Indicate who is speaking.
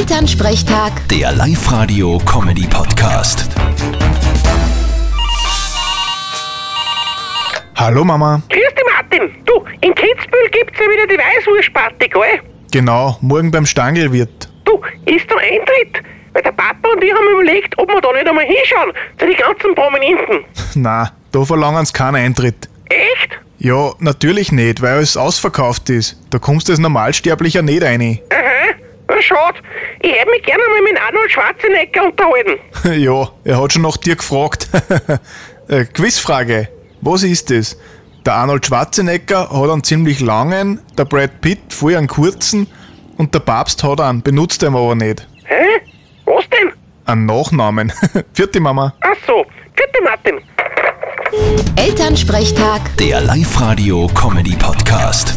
Speaker 1: Elternsprechtag,
Speaker 2: Der Live-Radio-Comedy-Podcast.
Speaker 3: Hallo Mama.
Speaker 4: Grüß dich, Martin. Du, in Kitzbühel gibt's ja wieder die Weißwurstparty, gell?
Speaker 3: Genau, morgen beim Stangelwirt.
Speaker 4: Du, ist da Eintritt? Weil der Papa und ich haben überlegt, ob wir da nicht einmal hinschauen, zu den ganzen Prominenten.
Speaker 3: Na, da verlangen sie keinen Eintritt.
Speaker 4: Echt?
Speaker 3: Ja, natürlich nicht, weil es ausverkauft ist. Da kommst als Normalsterblicher nicht rein.
Speaker 4: Aha, na schade. Ich hätte mich gerne mal mit Arnold Schwarzenegger unterhalten.
Speaker 3: ja, er hat schon nach dir gefragt. Äh, Quizfrage. Was ist es? Der Arnold Schwarzenegger hat einen ziemlich langen, der Brad Pitt voll einen kurzen und der Papst hat einen, benutzt ihn aber nicht.
Speaker 4: Hä? Was denn?
Speaker 3: Einen Nachnamen. Vierte Mama.
Speaker 4: Ach so, grüß dich, Martin.
Speaker 1: Elternsprechtag.
Speaker 2: Der Live-Radio-Comedy-Podcast.